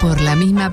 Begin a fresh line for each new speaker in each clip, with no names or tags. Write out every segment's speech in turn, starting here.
buena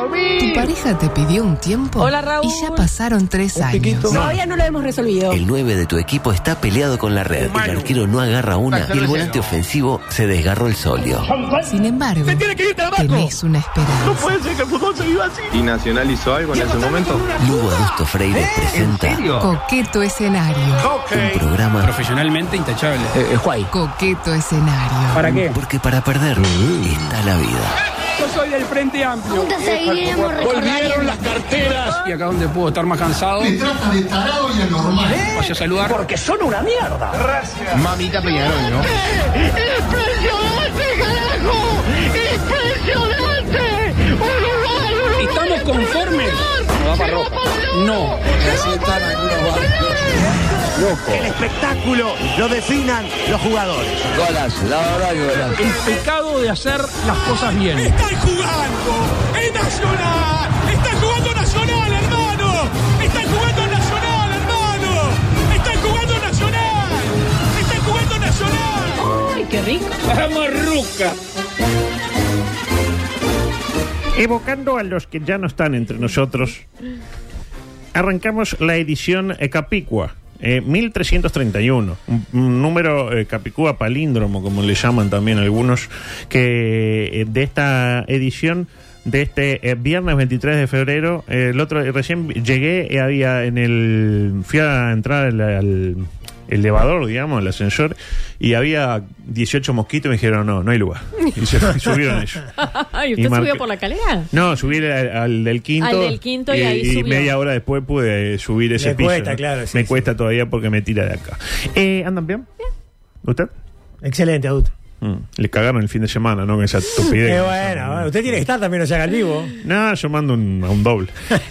Tu pareja te pidió un tiempo
Hola, Raúl.
y ya pasaron tres años.
Todavía no lo hemos resolvido.
El 9 de tu equipo está peleado con la red, el arquero no agarra una y el volante ofensivo se desgarró el solio.
Sin embargo, tenés una esperanza.
¿Y Nacional hizo algo en ese momento?
Lugo Augusto Freire presenta
Coqueto escenario.
un programa
Profesionalmente intachable.
Coqueto escenario.
¿Para qué?
porque para perder está la vida.
Yo soy del Frente Amplio.
Juntos seguiremos recordando.
Y acá donde puedo estar más cansado. Me trata de tarado y anormal. Vaya a saludar. Porque
Mamita Peñarol, ¿no?
¡Impresionante, carajo! ¡Impresionante! ¡Uruguay, Uruguay!
estamos conformes. No va para ropa. No.
El espectáculo lo definan los jugadores.
El pecado de hacer las cosas bien.
Están jugando en Nacional. Están jugando Nacional, hermano. Están jugando Nacional, hermano. Están jugando Nacional. Están jugando Nacional.
Ay, qué rico.
Vamos, Ruca.
Evocando a los que ya no están entre nosotros, arrancamos la edición eh, Capicua. eh, 1331, un, un número eh, capicúa palíndromo, como le llaman también algunos, que eh, de esta edición de este eh, viernes 23 de febrero, eh, el otro eh, recién llegué y había en el fui a entrar al, al elevador, digamos, al ascensor y había 18 mosquitos y me dijeron no, no hay lugar y se y subieron ellos.
Ay, ¿usted
Y marqué-
subió por la calera?
No, subí al, al del quinto.
Al del quinto y ahí subió.
media hora después pude eh, subir ese
Le
piso.
cuesta,
¿no?
claro, sí,
me
sí.
cuesta todavía porque me tira de acá. Eh, ¿Andan bien? ¿Usted?
Excelente, adulto.
Mm, Le cagaron el fin de semana, ¿no? Con esa
Qué
estupidez. que
bueno, bueno, usted tiene que estar también, o sea, haga el vivo.
No, yo mando un, a un doble.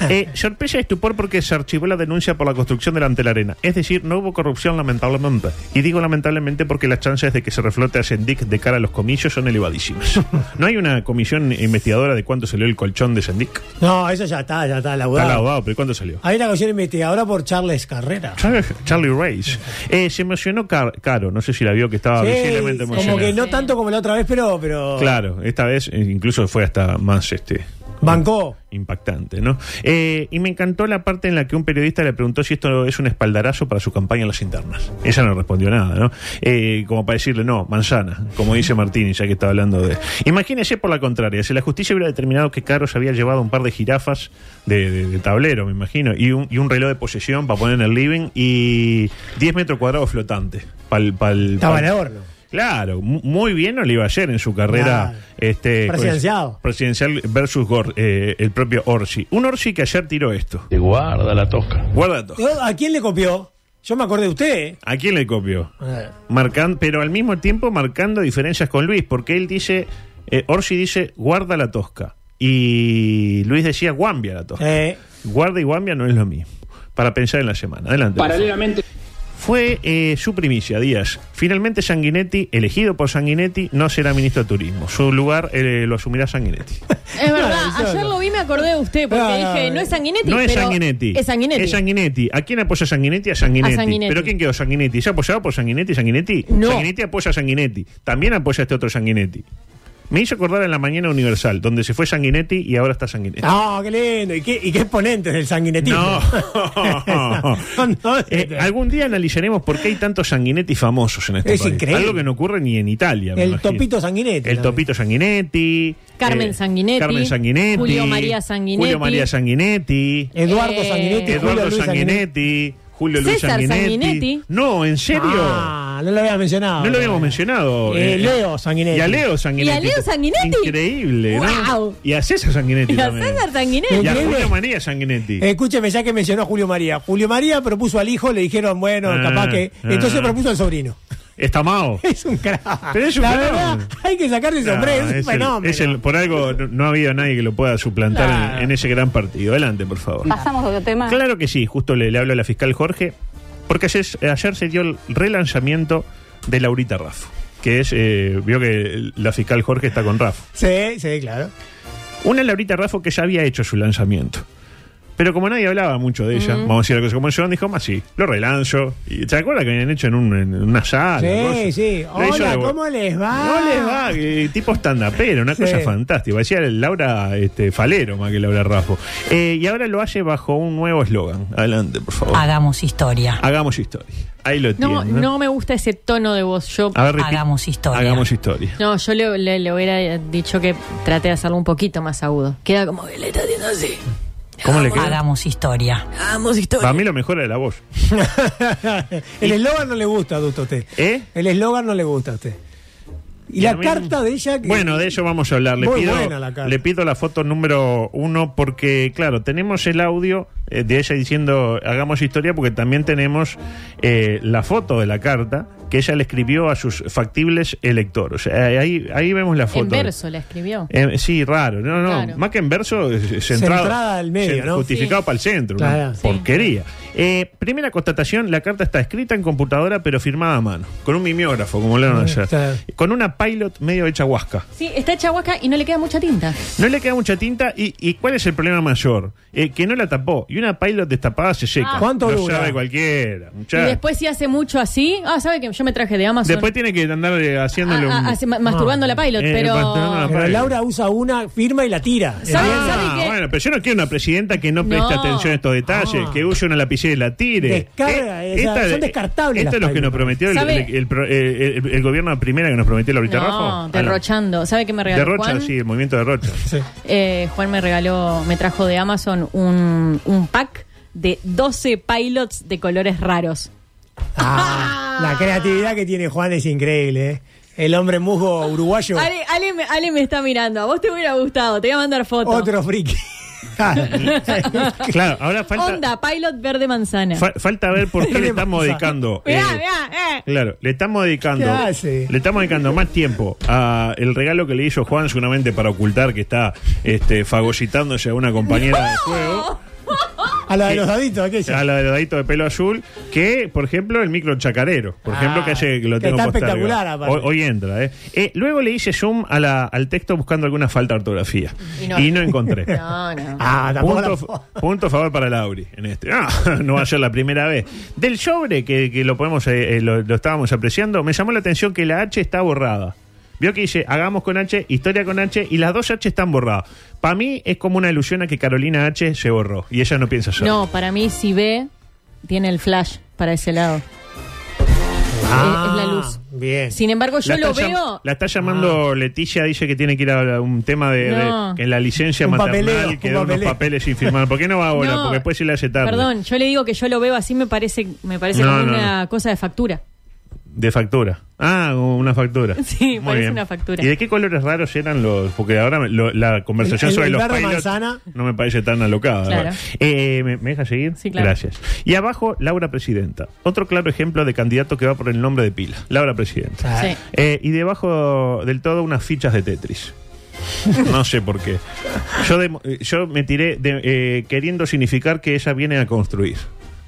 Eh, sorpresa y estupor porque se archivó la denuncia por la construcción delante de la arena. Es decir, no hubo corrupción lamentablemente. Y digo lamentablemente porque las chances de que se reflote a Sendic de cara a los comillos son elevadísimas. ¿No hay una comisión investigadora de cuánto salió el colchón de Sendic?
No, eso ya está, ya está,
Está
laudado.
lavado, pero ¿cuánto salió?
Hay una cuestión investigadora por Charles Carrera.
Charlie Race. Eh, se emocionó Car- Caro, no sé si la vio que estaba visiblemente emocionada.
como que no tanto como la otra vez, pero, pero
Claro, esta vez eh, incluso fue hasta más este
bancó.
impactante, ¿no? Eh, y me encantó la parte en la que un periodista le preguntó si esto es un espaldarazo para su campaña en las internas. Ella no respondió nada, ¿no? Eh, como para decirle, no, manzana, como dice Martínez, ya que está hablando de... Imagínese por la contraria, si la justicia hubiera determinado que Caro se había llevado un par de jirafas de, de- de tablero, me imagino, y un, y un reloj de posesión para poner en el living y 10 metros cuadrados flotantes. Pal, pal,
Estaba
pal-
en el horno.
Claro, mu- muy bien no le iba ayer en su carrera
Claro.
este,
Presidenciado.
con- presidencial versus Gor- eh, el propio Orsi. Un Orsi que ayer tiró esto.
guarda la tosca.
Guarda todo.
¿A quién le copió? Yo me acordé de usted. ¿eh?
¿A quién le copió?
Ah,
Marcan- pero al mismo tiempo marcando diferencias con Luis, porque él dice, eh, Orsi dice, guarda la tosca. Y Luis decía, guambia la tosca.
eh,
Guarda y guambia no es lo mismo. Para pensar en la semana. Adelante. por favor.
Paralelamente.
Fue eh, su primicia, Díaz. Finalmente Sanguinetti, elegido por Sanguinetti, no será ministro de Turismo. Su lugar eh, lo asumirá Sanguinetti.
Es verdad,
no,
ayer
no.
lo vi y me acordé de usted porque
No, no,
dije,
no.
no es Sanguinetti,
Ah, No es
pero
Sanguinetti.
Es Sanguinetti.
Es Sanguinetti. ¿A quién apoya Sanguinetti? A Sanguinetti.
A Sanguinetti.
¿Pero quién quedó Sanguinetti? ¿Se apoyaba por Sanguinetti? ¿Sanguinetti?
No.
Sanguinetti apoya a Sanguinetti. También apoya a este otro Sanguinetti. Me hizo acordar en la mañana Universal, donde se fue Sanguinetti y ahora está Sanguinetti.
no, qué lindo. ¿Y qué, y qué exponente del sanguinetismo? este.
No.
No,
Eh, algún día analizaremos por qué hay tantos sanguinetti famosos en este
Es
país.
increíble.
Algo que no ocurre ni en Italia. me
El
imagino.
Topito Sanguinetti
El
también.
Topito Sanguinetti.
Carmen
eh,
Sanguinetti,
Carmen Sanguinetti.
Julio María Sanguinetti.
Julio María Sanguinetti.
Eduardo
Eh,
Sanguinetti. Julio
Eduardo
Luis
Sanguinetti. Julio Luis
César
Sanguinetti.
Sanguinetti.
No, en serio.
Ah, no lo habíamos mencionado.
No lo habíamos mencionado.
Eh, Leo Sanguinetti.
Y a Leo Sanguinetti.
Y a Leo Sanguinetti.
Increíble, ¿no?
Guau.
Y a César Sanguinetti
Y a
también.
César Sanguinetti.
Y a
Increíble. Eh,
Julio María Sanguinetti.
Escúcheme, ya que mencionó a Julio María. Julio María propuso al hijo, le dijeron, bueno,
Ah,
capaz que.
ah.
Entonces propuso al sobrino.
Estamao.
Es un crack.
Pero es un
La
fenómeno.
verdad, hay que sacarle
No,
sombrero, es un
es el-
fenómeno.
es el- por algo no, no ha habido nadie que lo pueda suplantar en- en, ese gran partido. Adelante, por favor.
Pasamos a otro
Ah.
tema.
Claro que sí, justo le, le hablo a la fiscal Jorge, porque ayer, ayer se dio el relanzamiento de Laurita Raffo. que es, eh, vio que la fiscal Jorge está con Rafa.
Sí, sí, claro.
Una Laurita Raffo que ya había hecho su lanzamiento. Pero como nadie hablaba mucho de ella, vamos a decir la cosa como son, dijo, más sí, lo relanzo. Y, ¿Se acuerdan que habían hecho en, un, en una sala?
Sí,
cosa?
sí.
La hizo
Hola,
de-
¿cómo les va?
No
Ah.
les va, eh, tipo stand pero una
Sí.
cosa fantástica. Decía Laura este, Falero más que Laura Raffo. Eh, y ahora lo hace bajo un nuevo eslogan. Adelante, por favor.
Hagamos historia.
Hagamos historia. Ahí lo
No,
tienen.
no me gusta ese tono de voz. Yo,
A ver, repi-
Hagamos historia.
Hagamos historia.
no, yo le, le- le hubiera dicho que trate de hacerlo un poquito más agudo. Queda como que le está haciendo así.
¿Cómo le queda?
Hagamos historia.
Hagamos historia.
Para mí lo mejor es la voz.
El eslogan no le gusta, adulto, a usted.
¿Eh?
El eslogan no le gusta a usted. Y la
a mí-
carta de ella. que-
Bueno, de eso vamos a hablar. Le,
Muy
pido,
buena la carta.
le pido la foto número uno porque, claro, tenemos el audio eh, de ella diciendo hagamos historia porque también tenemos eh, la foto de la carta que ella le escribió a sus factibles electores. Eh, ahí, ahí vemos la foto.
En verso la escribió.
Eh, sí, raro. No, no,
Claro.
más que en verso, es- es centrado.
Centrada al medio,
cen-
¿no?
Justificado
Sí.
para el centro. una
Claro. Sí.
Porquería. Eh, primera constatación: la carta está escrita en computadora, pero firmada a mano. Con un mimeógrafo, como hablaron ayer.
Mm, claro.
Con una pilot medio hecha huasca.
Sí, está hecha huasca y no le queda mucha tinta.
No le queda mucha tinta. ¿Y, y cuál es el problema mayor? Eh, que no la tapó. Y una pilot destapada se seca.
Ah.
¿Cuánto
Lo
dura?
sabe cualquiera. muchacho.
Y después si hace mucho así, ah, sabe que yo me traje de Amazon.
Después tiene que andar eh, haciéndole un.
Ah, ah, hace- ma- masturbando la pilot,
Eh,
pero...
masturbando la
Pero
Vale.
Laura usa una, firma y la tira. Eh,
¿Sabe- sabe
Ah,
qué?
bueno, pero yo no quiero una presidenta que no preste
No.
atención a estos detalles,
Ah.
que huye una lapicera y la tire. Eh,
Descarga, esa-
esta-
son descartables
Esto
las
es lo que
Pilot.
nos prometió el,
¿Sabe?
el- el pro- eh, el- el gobierno primera que nos prometió la ahorita
No,
Rafa.
derrochando. ¿Sabe qué me regaló
Ah, Derrocha,
Juan?
sí, el movimiento de Rocha.
Eh, Juan me regaló, me trajo de Amazon un, un pack de 12 pilots de colores raros.
Ah, la creatividad que tiene Juan es increíble. ¿eh? El hombre musgo uruguayo,
Ale, Ale me- Ale me está mirando. A vos te hubiera gustado. Te voy a mandar fotos.
otro friki.
claro, ahora falta,
Onda, pilot verde manzana.
fa- falta ver por qué le
Le
estamos
pasa.
dedicando. eh,
mirá, mirá, eh.
Claro, le estamos dedicando,
¿Qué hace?
le estamos dedicando más tiempo a el regalo que le hizo Juan seguramente para ocultar que está este, fagocitándose a una compañera de juego.
A la de los daditos, aquella.
A la del dadito de pelo azul, que, por ejemplo, el micro chacarero. Por
Ah,
ejemplo, que, hace, que lo
que
tengo
está
postergado.
espectacular, aparte.
Hoy, hoy entra, ¿eh? Eh, Luego le hice zoom a la- al texto buscando alguna falta de ortografía. Y no, encontré.
No, no.
Ah, tampoco
Punto,
la-
punto a favor para Lauri en este. Ah, no va a ser la primera vez. Del sobre que, que lo podemos eh, eh, lo, lo estábamos apreciando, me llamó la atención que la H está borrada. Vio que dice hagamos con H, historia con H y las dos H están borradas. Para mí es como una ilusión a que Carolina H se borró y ella no piensa hacerlo.
No, para mí si ve, tiene el flash para ese lado. es la luz.
Ah, Bien. Ah.
Sin embargo, pues yo
La
lo
está llam-
veo...
La está llamando Leticia, dice que tiene que ir a un tema de, de-
No.
que en la licencia
Un
maternal
papeleo,
quedó
un
unos
papeleo.
papeles sin firmar. ¿Por qué no va ahora?
No,
Porque después se le hace tarde.
Perdón, yo le digo que yo lo veo así, me parece, me parece
No,
como
no,
una cosa de factura.
De factura. Ah, una factura.
Sí, parece una factura.
¿Y de qué colores raros eran los? Porque ahora me- lo- la conversación
El- el-
sobre
el
los
verde
pilots
manzana.
no me parece tan alocada.
Claro.
¿verdad? Eh, ¿me, me deja seguir?
Sí, claro.
Gracias. Y abajo, Laura Presidenta. Otro claro ejemplo de candidato que va por el nombre de pila. Laura Presidenta.
Ah,
Sí.
Eh, y debajo del todo unas fichas de Tetris. No sé por qué. Yo, demo- eh, yo me tiré de- eh, queriendo significar que ella viene a construir.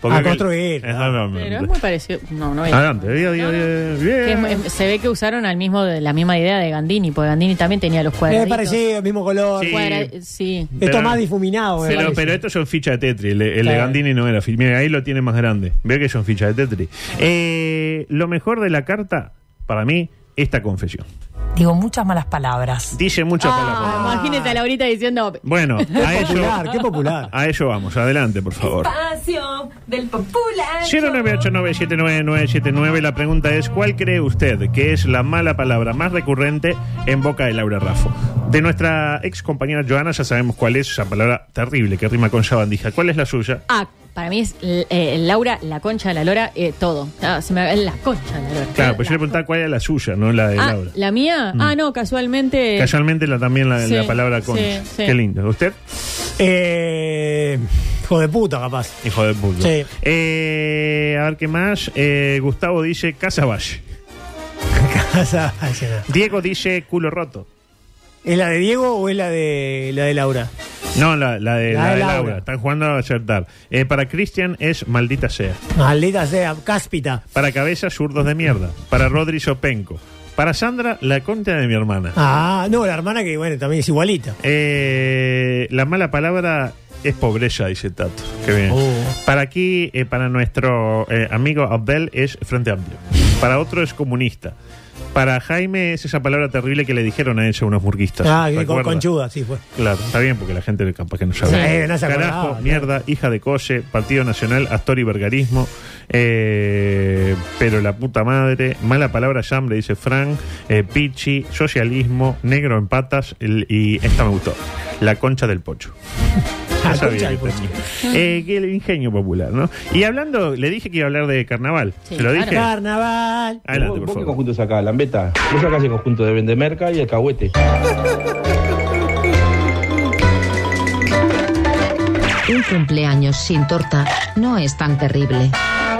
Eh, ah,
A construir, claro.
Exactamente.
Pero es muy parecido. No, no es.
Adelante. Diga, diga, diga.
Que
Bien.
es- es- se ve que usaron al mismo la misma idea de Gandini, porque Gandini también tenía los
Es
cuadraditos.
parecido, el mismo color.
Sí.
Cuadra- sí.
Esto
Pero-
más difuminado. me
Pero,
parece.
pero estos son fichas de Tetris. El, el de
Claro.
Gandini no era. fi- Mira, ahí lo tiene más grande. Ve que son fichas de Tetris. Eh, lo mejor de la carta, para mí, esta confesión.
Digo muchas malas palabras.
Dice muchas
Ah,
palabras.
imagínate a Laurita diciendo
Bueno, a
Qué
ello,
popular, qué popular.
a ello vamos. Adelante, por favor.
Pasión del popular.
0989799979. La pregunta es: ¿Cuál cree usted que es la mala palabra más recurrente en boca de Laura Raffo? De nuestra ex compañera Joana, ya sabemos cuál es esa palabra terrible que rima con sabandija. ¿Cuál es la suya?
Ah, para mí es eh, Laura, la concha de la lora, eh, todo. Ah, se me, la concha de la lora.
Claro, pues yo le preguntaba cuál era la suya, no la de
Ah,
Laura. Mm.
¿La mía? Ah, no, casualmente.
Casualmente la, también la,
Sí,
la palabra
sí,
concha.
sí.
Qué lindo. ¿Usted?
Eh, hijo de puta, capaz.
Hijo de puta.
Sí.
Eh, a ver qué más. Eh, Gustavo dice Casaballe.
Casa Vallenar.
Diego dice culo roto.
¿Es la de Diego o es la de la de Laura?
No, la, la de,
La
la
de
de Laura.
Laura.
Están jugando a acertar. Eh, para Cristian es maldita sea.
Maldita sea, cáspita.
Para cabeza, zurdos de mierda. Para Rodri Sopenco. Para Sandra, la concha de mi hermana.
Ah, no, la hermana que, bueno, también es igualita.
Eh, la mala palabra es pobreza, dice Tato. Qué bien.
Oh.
Para aquí, eh, para nuestro eh, amigo Abdel, es Frente Amplio. Para otro es comunista. Para Jaime es esa palabra terrible que le dijeron a ella unos murguistas.
Ah, que con
¿Recuerda?
conchuda, sí fue.
Claro, está bien porque la gente capaz que no sabe.
Sí, no se acordaba,
Carajo,
claro.
mierda, hija de coche, Partido Nacional, Astor y Vergarismo. eh, pero la puta madre, mala palabra chambre, dice Frank, eh, Pichi, socialismo, negro en patas el- y esta me gustó, la concha del pocho. Ya
La
sabía
concha del
que tenía. Eh, que el ingenio popular, ¿no? Y hablando, le dije que iba a hablar de carnaval. ¿Te lo dije?
Carnaval.
Adelante, por favor.
conjunto sacás? Lambeta. Vos sacás el conjunto de Vendemerca y el Cahuete.
Un cumpleaños sin torta no es tan terrible.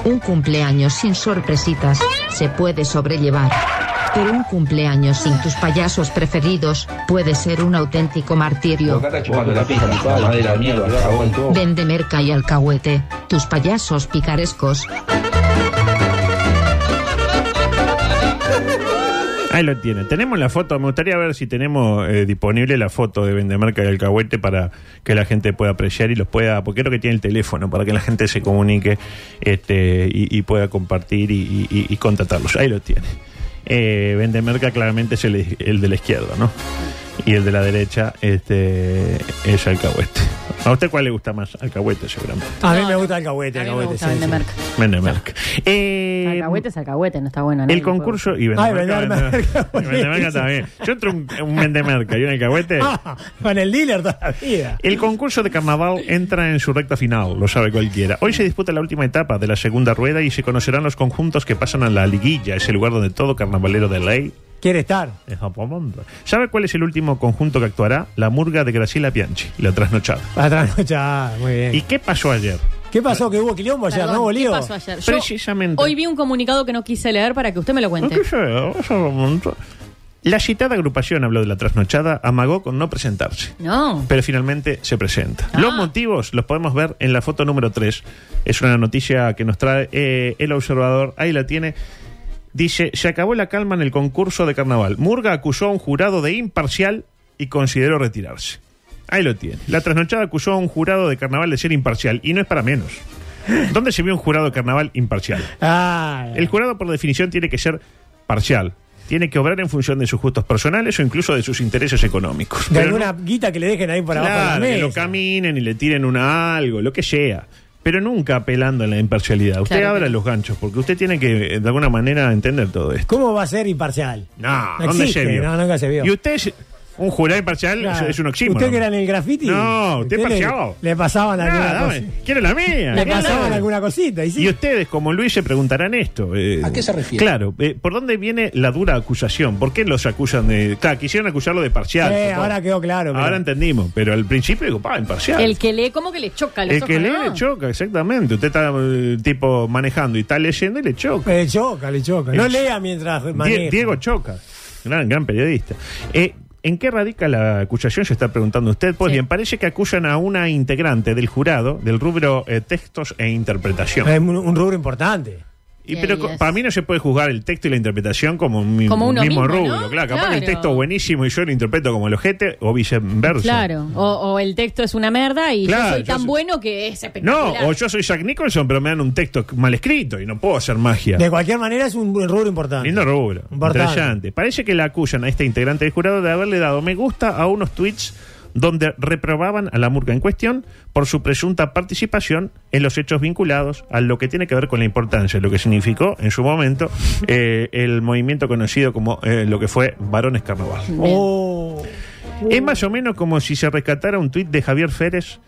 Un cumpleaños sin sorpresitas se puede sobrellevar. Pero un cumpleaños sin tus payasos preferidos puede ser un auténtico martirio.
Chupando la pija, mi padre, madera, mierda, cagón, todo.
Vende merca y alcahuete, tus payasos picarescos.
Ahí lo tiene. Tenemos la foto. Me gustaría ver si tenemos eh, disponible la foto de Vendemarca y Alcahuete para que la gente pueda apreciar y los pueda. Porque creo que tiene el teléfono para que la gente se comunique este, y, y pueda compartir y, y- y- y contratarlos. Ahí lo tiene. Eh, Vendemerca claramente es el, el de la izquierda, ¿no? Y el de la derecha este, es Alcahuete. ¿A usted cuál le gusta más? Alcahuete, seguramente.
A mí me gusta el cahuete,
A
el
mí me
cahuete.
gusta
sí, sí.
Vendemerca.
Vendemerca. Eh,
Alcahuete es alcahuete, no está bueno. ¿no?
el concurso
Ay,
y Vendemerca.
Vendemerca,
Vendemerca, Vendemerca también. Yo entro un, un Vendemerca y un Alcahuete.
Ah, con el dealer toda la vida.
El concurso de Carnaval entra en su recta final, lo sabe cualquiera. Hoy se disputa la última etapa de la segunda rueda y se conocerán los conjuntos que pasan a la liguilla, ese lugar donde todo carnavalero de ley
Quiere estar.
es apamondo. ¿Sabe cuál es el último conjunto que actuará? La murga de Graciela Bianchi, la trasnochada.
Atrás noche, ah, muy bien.
¿Y qué pasó ayer?
¿Qué pasó? Que hubo quilombo ayer,
Perdón,
¿no,
¿Qué
Bolío?
pasó ayer? Yo
Precisamente.
hoy vi un comunicado que no quise leer para que usted me lo cuente.
¿Qué fue? Eso lo monto. La citada agrupación habló de la trasnochada, amagó con no presentarse.
No.
pero finalmente se presenta. Los motivos los podemos ver en la foto número 3. Es una noticia que nos trae eh, el observador. Ahí la tiene. Dice, se acabó la calma en el concurso de carnaval. Murga acusó a un jurado de imparcial y consideró retirarse. Ahí lo tiene. La trasnochada acusó a un jurado de carnaval de ser imparcial y no es para menos. ¿Dónde se vio un jurado de carnaval imparcial?
Ah,
El jurado, por definición, tiene que ser parcial. Tiene que obrar en función de sus gustos personales o incluso de sus intereses económicos.
de
Pero no-
alguna guita que le dejen ahí para abajo de
Claro,
la
que
mesa.
lo caminen y le tiren una algo, lo que sea. Pero nunca apelando a la imparcialidad. Usted
Claro que
abra los ganchos, porque usted tiene que, eh, de alguna manera, entender todo esto.
¿Cómo va a ser imparcial?
No,
No
¿dónde
existe,
se vio?
no, nunca se vio.
Y usted es un jurado imparcial,
Claro.
es- es un oxímono.
¿Usted que era en el graffiti?
No, usted
le-
parciado.
Le, pasaban
Nada,
alguna
dame.
cosa.
Quiero la mía.
Le
Quiero la
pasaban
mía.
alguna cosita. Y sí.
Y ustedes, como Luis, se preguntarán esto. eh,
¿A qué se refiere?
Claro, eh, ¿por dónde viene la dura acusación? ¿Por qué los acusan de...? Claro, quisieron acusarlo de parcial.
Eh,
total.
ahora quedó claro. pero-
Ahora entendimos, pero al principio digo, pa, imparcial.
El que lee, como que le choca? los
El que
ojos,
lee
¿no?
le choca, exactamente. Usted está eh, tipo manejando y está leyendo y le choca.
Le choca, le choca. No lea mientras
Eh, Die-
Eh, maneja.
Diego Choca, gran, gran periodista. Eh, ¿En qué radica la acusación? Se está preguntando usted. Pues bien, parece que acusan a una integrante del jurado del rubro eh, textos e interpretación.
Es un, un rubro importante.
Y pero co- para mí no se puede juzgar el texto y la interpretación como un mi-
Como uno
mismo
mismo,
rubro.
¿no?
Claro, capaz que el
Claro.
texto es buenísimo y yo lo interpreto como el ojete o viceversa.
Claro, o, o el texto es una merda y
Claro,
yo soy
yo
tan
soy-
bueno que es
No,
espectacular.
o yo soy Jack Nicholson, pero me dan un texto mal escrito y no puedo hacer magia.
De cualquier manera es un rubro importante.
Lindo rubro.
Importante.
Interesante. Parece que la acusan a este integrante del jurado de haberle dado me gusta a unos tweets donde reprobaban a la murga en cuestión por su presunta participación en los hechos vinculados a lo que tiene que ver con la importancia, lo que significó en su momento eh, el movimiento conocido como eh, lo que fue Varones Carnaval.
Oh.
Es más o menos como si se rescatara un tuit de Javier Férez,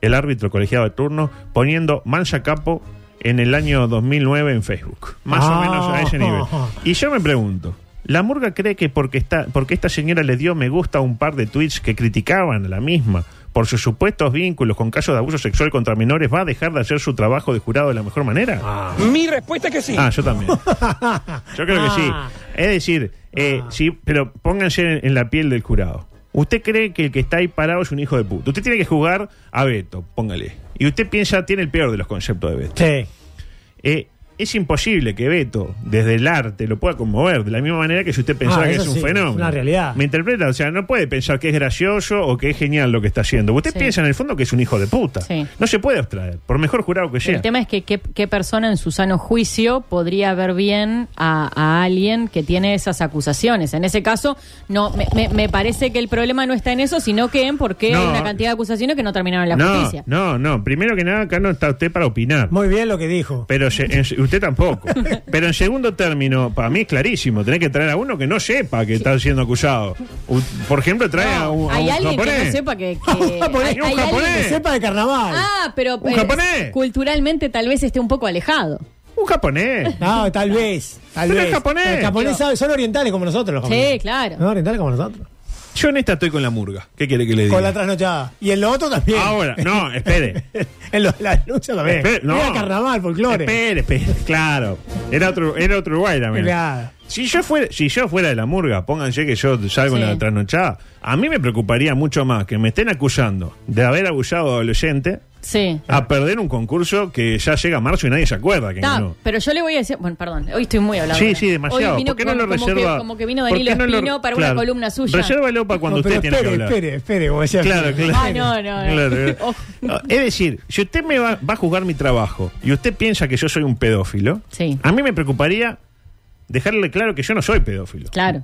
el árbitro colegiado de turno, poniendo mancha capo en el año 2009 en Facebook. Más o
Ah.
menos a ese nivel. Y yo me pregunto, ¿la murga cree que porque, está, porque esta señora le dio me gusta a un par de tweets que criticaban a la misma por sus supuestos vínculos con casos de abuso sexual contra menores va a dejar de hacer su trabajo de jurado de la mejor manera?
Mi respuesta es que sí.
Ah, yo también. Yo creo que sí. Es decir, eh, sí, pero pónganse en, en la piel del jurado. Usted cree que el que está ahí parado es un hijo de puta. Usted tiene que jugar a Beto, póngale. Y usted piensa, tiene el peor de los conceptos de Beto.
Sí.
Eh, es imposible que Beto, desde el arte, lo pueda conmover de la misma manera que si usted
Ah,
pensara que
eso
es un
sí,
fenómeno.
es una realidad.
Me interpreta, o sea, no puede pensar que es gracioso o que es genial lo que está haciendo. Usted
Sí.
piensa en el fondo que es un hijo de puta.
Sí.
No se puede abstraer, por mejor jurado que sea.
El tema es que qué, qué persona en su sano juicio podría ver bien a, a alguien que tiene esas acusaciones. En ese caso, no me, me- me parece que el problema no está en eso, sino que en por qué
No.
hay una cantidad de acusaciones que no terminaron en la
no,
justicia.
no, no. Primero que nada, acá no está usted para opinar.
Muy bien lo que dijo.
Pero se- en se- usted tampoco. Pero en segundo término, para mí es clarísimo. Tenés que traer a uno que no sepa que está siendo acusado. U- por ejemplo, trae a un, a
Hay
un
alguien
japonés.
que no sepa que... que- hay- hay alguien-
Que sepa de carnaval.
Ah, pero eh,
japonés?
culturalmente tal vez esté un poco alejado.
Un japonés.
No, tal vez. Tal
Pero
vez.
es japonés.
Los japoneses saben- son orientales como nosotros.
Ah,
Los japoneses.
Sí, claro.
Son orientales como nosotros.
Yo en esta estoy con la murga. ¿Qué quiere que le diga?
Con la trasnochada. Y en lo otro también.
Ahora, no, espere.
en lo de la lucha también.
Ah, Espere, no.
Era carnaval, folclore.
Espere, espere, claro. Era otro, era otro Uruguay también.
Claro.
Si yo, fuera, si yo fuera de la murga, pónganse que yo salgo en
Sí.
la trasnochada, a mí me preocuparía mucho más que me estén acusando de haber abusado a adolescente
Sí.
a perder un concurso que ya llega a marzo y nadie se acuerda que
Ta,
ganó.
pero yo le voy a decir, bueno, perdón, hoy estoy muy hablando.
Sí, sí, demasiado.
Hoy vino
¿Por qué no
como-
lo
como que-
reserva?
Como que vino
¿Por
Danilo
qué no lo-
Espino para
claro.
una columna suya.
Resérvalo para cuando
No, pero
usted tiene que
espere,
hablar.
espere, espere, como decía.
Claro, claro.
Ah, no, no, no.
Claro, claro.
Ojo.
Ah, Es decir, si usted me va, va a juzgar mi trabajo y usted piensa que yo soy un pedófilo,
Sí.
a mí me preocuparía dejarle claro que yo no soy pedófilo.
Claro.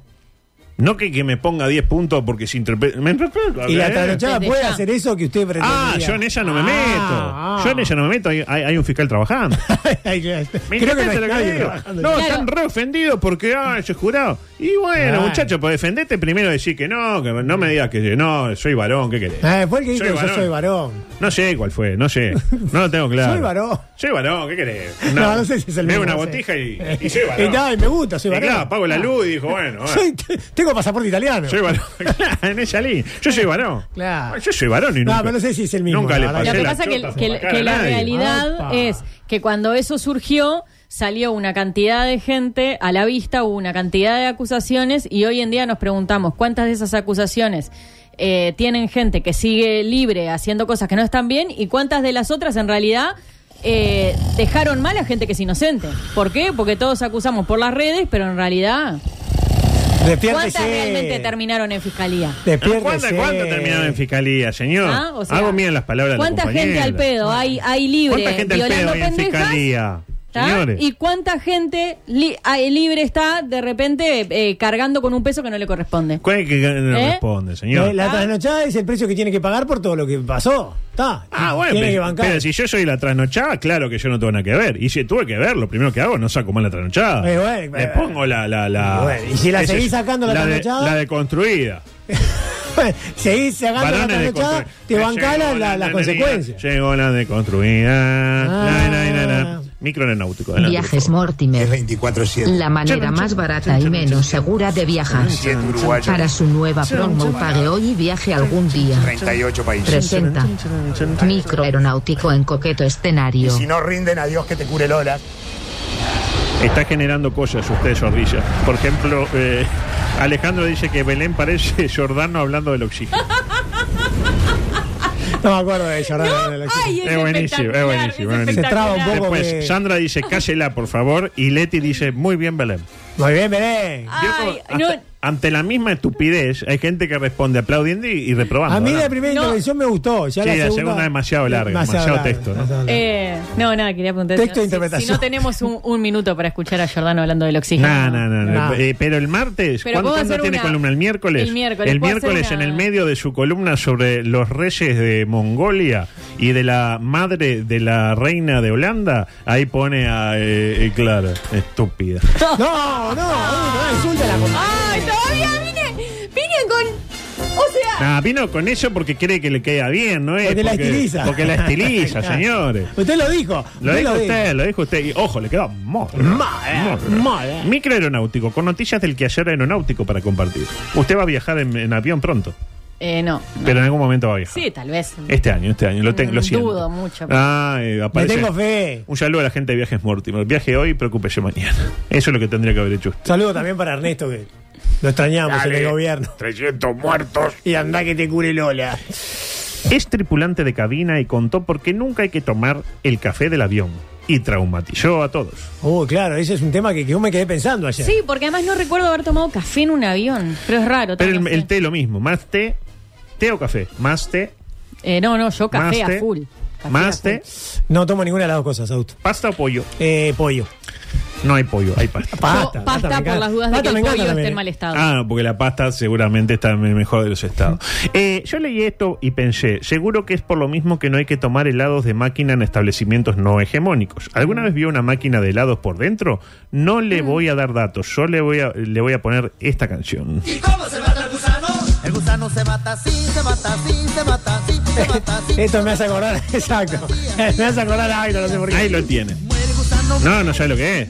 No que, que me ponga 10 puntos porque se interpreta. me interpreta,
Y la
¿eh?
trasnochada
Desde
puede
ya.
hacer eso que usted pretende.
Ah, yo en ella no me meto.
ah.
Yo en ella no me meto. Hay, hay- hay un fiscal trabajando. Me
Creo que no
interpreta
hay
lo que
nadie
digo.
trabajando.
No,
Claro.
están re ofendidos porque, ah, yo he jurado. Y bueno,
Claro.
muchachos, para defenderte, primero decir que no, que no me digas que no, soy varón, ¿qué querés?
Ah, fue el que dijo
Soy
yo
varón.
soy varón.
No sé cuál fue, no sé. No lo tengo claro.
Soy varón.
Soy varón, ¿qué querés?
No,
Una-
no sé si es el
veo
mismo.
una
no sé.
botija y, y soy varón.
Y nada, y me gusta, soy
Y
varón. Ah.
claro, apago la luz y dijo, bueno, bueno,
Soy- tengo pasaporte italiano.
soy varón. Claro, en esa línea. Yo soy varón.
Claro.
Yo soy varón y
No,
nunca.
pero no sé si es el mismo,
Nunca
la
le
verdad.
pasé
Lo que
la
pasa que,
chota
que-
por cara
que
a
la
nadie.
realidad
Apa.
es que cuando eso surgió, salió una cantidad de gente a la vista, hubo una cantidad de acusaciones y hoy en día nos preguntamos cuántas de esas acusaciones eh, tienen gente que sigue libre haciendo cosas que no están bien y cuántas de las otras en realidad... eh, dejaron mal a gente que es inocente. ¿Por qué? Porque todos acusamos por las redes, pero en realidad,
Despiértese.
¿cuántas realmente terminaron en fiscalía?
Despiértese.
¿Cuántas cuántas terminaron en fiscalía, señor?
Ah, o sea,
Hago bien las palabras de la
¿Cuánta gente
compañera.
al pedo hay, hay libre
¿Cuánta gente al pedo
violando
hay en
pendejas?
fiscalía?
¿tá?
Señores.
¿Y cuánta gente li- hay libre está de repente eh, cargando con un peso que no le corresponde?
¿Cuál es que no
¿Eh?
responde, señor?
Eh, La trasnochada es el precio que tiene que pagar por todo lo que pasó. Está.
Ah, bueno,
Tiene que
pero,
bancar.
pero si yo soy la trasnochada, claro que yo no tengo nada que ver. Y si tuve que ver, lo primero que hago no saco más la trasnochada.
Eh, bueno,
Le
eh,
pongo la... la, la
eh, bueno, y si la
esa
seguís
es-
sacando la
de-
trasnochada.
la deconstruida.
Seguís sacando la
Varones
trasnochada,
deconstru-
te
Me
bancás
llegó
la- la-
nena,
las consecuencias.
Llegó la deconstruida.
Ah.
Na, na, na, na. Micro en el náutico. adelante,
Viajes
por favor.
Mortimer. La manera más barata y menos segura de viajar. Para su nueva promo pague hoy y viaje algún día. Presenta microaeronáutico en coqueto escenario.
no rinden, adiós que te cure Lola.
Está generando cosas usted, Zorrilla. Por ejemplo, eh, Alejandro dice que Belén parece Jordano hablando del oxígeno.
No me acuerdo de llorar.
Ay, es,
Es buenísimo, es
espectacular,
buenísimo,
es
es buenísimo.
Se traba un
espectacular.
poco.
Después,
que-
Sandra dice, cásela, por favor. Y Leti dice, muy bien, Belén.
Muy bien, Belén.
Vio como
Ay,
hasta-
no,
Ante la misma estupidez, hay gente que responde aplaudiendo y, y reprobando.
A mí
¿verdad?
la primera
No.
intervención me gustó. Ya
Sí,
la
la
segunda,
segunda demasiado larga, demasiado texto, ¿no?
demasiado larga.
eh, no, nada, quería preguntar. si- si-
Texto de
Si,
interpretación.
no tenemos un, un minuto para escuchar a Jordano hablando del oxígeno.
No, no, no, no.
No.
Eh, pero el martes,
Pero
¿cuándo,
puedo
cuándo
hacer
tiene
una-
columna? ¿El miércoles?
El miércoles,
El
puedo
miércoles,
hacer
en
una-
el medio de su columna sobre los reyes de Mongolia y de la madre de la reina de Holanda, ahí pone a. eh, eh, claro, estúpida.
No, no, no, no, insulta la compañera.
Ay, todavía vine, vine con. O sea.
Nah, vino con eso porque cree que le queda bien, ¿no es?
Porque la estiliza.
Porque la estiliza,
Claro.
señores.
Usted lo eh, dijo.
Lo
usted
dijo usted, lo dijo usted. Y ojo, le quedó mal. Mal.
mal.
Microaeronáutico, con noticias del quehacer aeronáutico para compartir. Usted va a viajar en, en avión pronto,
Eh, no.
pero en algún momento va a viajar.
Sí, tal vez.
Este año, este año, lo, tengo, lo
Mm,
siento.
dudo mucho.
Ah, eh,
Le
aparece.
tengo fe.
Un saludo a la gente de Viajes Mortimer. Viaje hoy, preocúpese mañana. Eso es lo que tendría que haber hecho usted.
Saludo también para Ernesto, que lo extrañamos en el gobierno.
300 muertos.
Y anda que te cure Lola.
Es tripulante de cabina y contó por qué nunca hay que tomar el café del avión. y traumatizó a todos.
Uh, claro, ese es un tema que, que yo me quedé pensando ayer.
Sí, porque además no recuerdo haber tomado café en un avión. Pero es raro.
Pero el,
también.
el té lo mismo, más té, té o café, más té,
Eh, no, no, yo café
Más té.
a full. Café
más
a
té,
No tomo ninguna de las dos cosas, Augusto.
pasta o pollo.
Eh, pollo.
No hay pollo, hay pasta.
Pasta.
full. Pasta por las dudas de que el pollo esté en mal estado.
Ah, porque la pasta seguramente está en el mejor de los estados. Eh, yo leí esto y pensé, seguro que es por lo mismo que no hay que tomar helados de máquina en establecimientos no hegemónicos. ¿Alguna vez vio una máquina de helados por dentro? No le voy a dar datos, yo le voy a, le voy a poner esta canción.
¿Y cómo se mata el gusano? El gusano se mata así, se mata así, se mata así, se mata así.
Esto me hace acordar, exacto. me hace acordar a Airo, no sé por qué.
Ahí lo tienen. No, no sabe lo que es.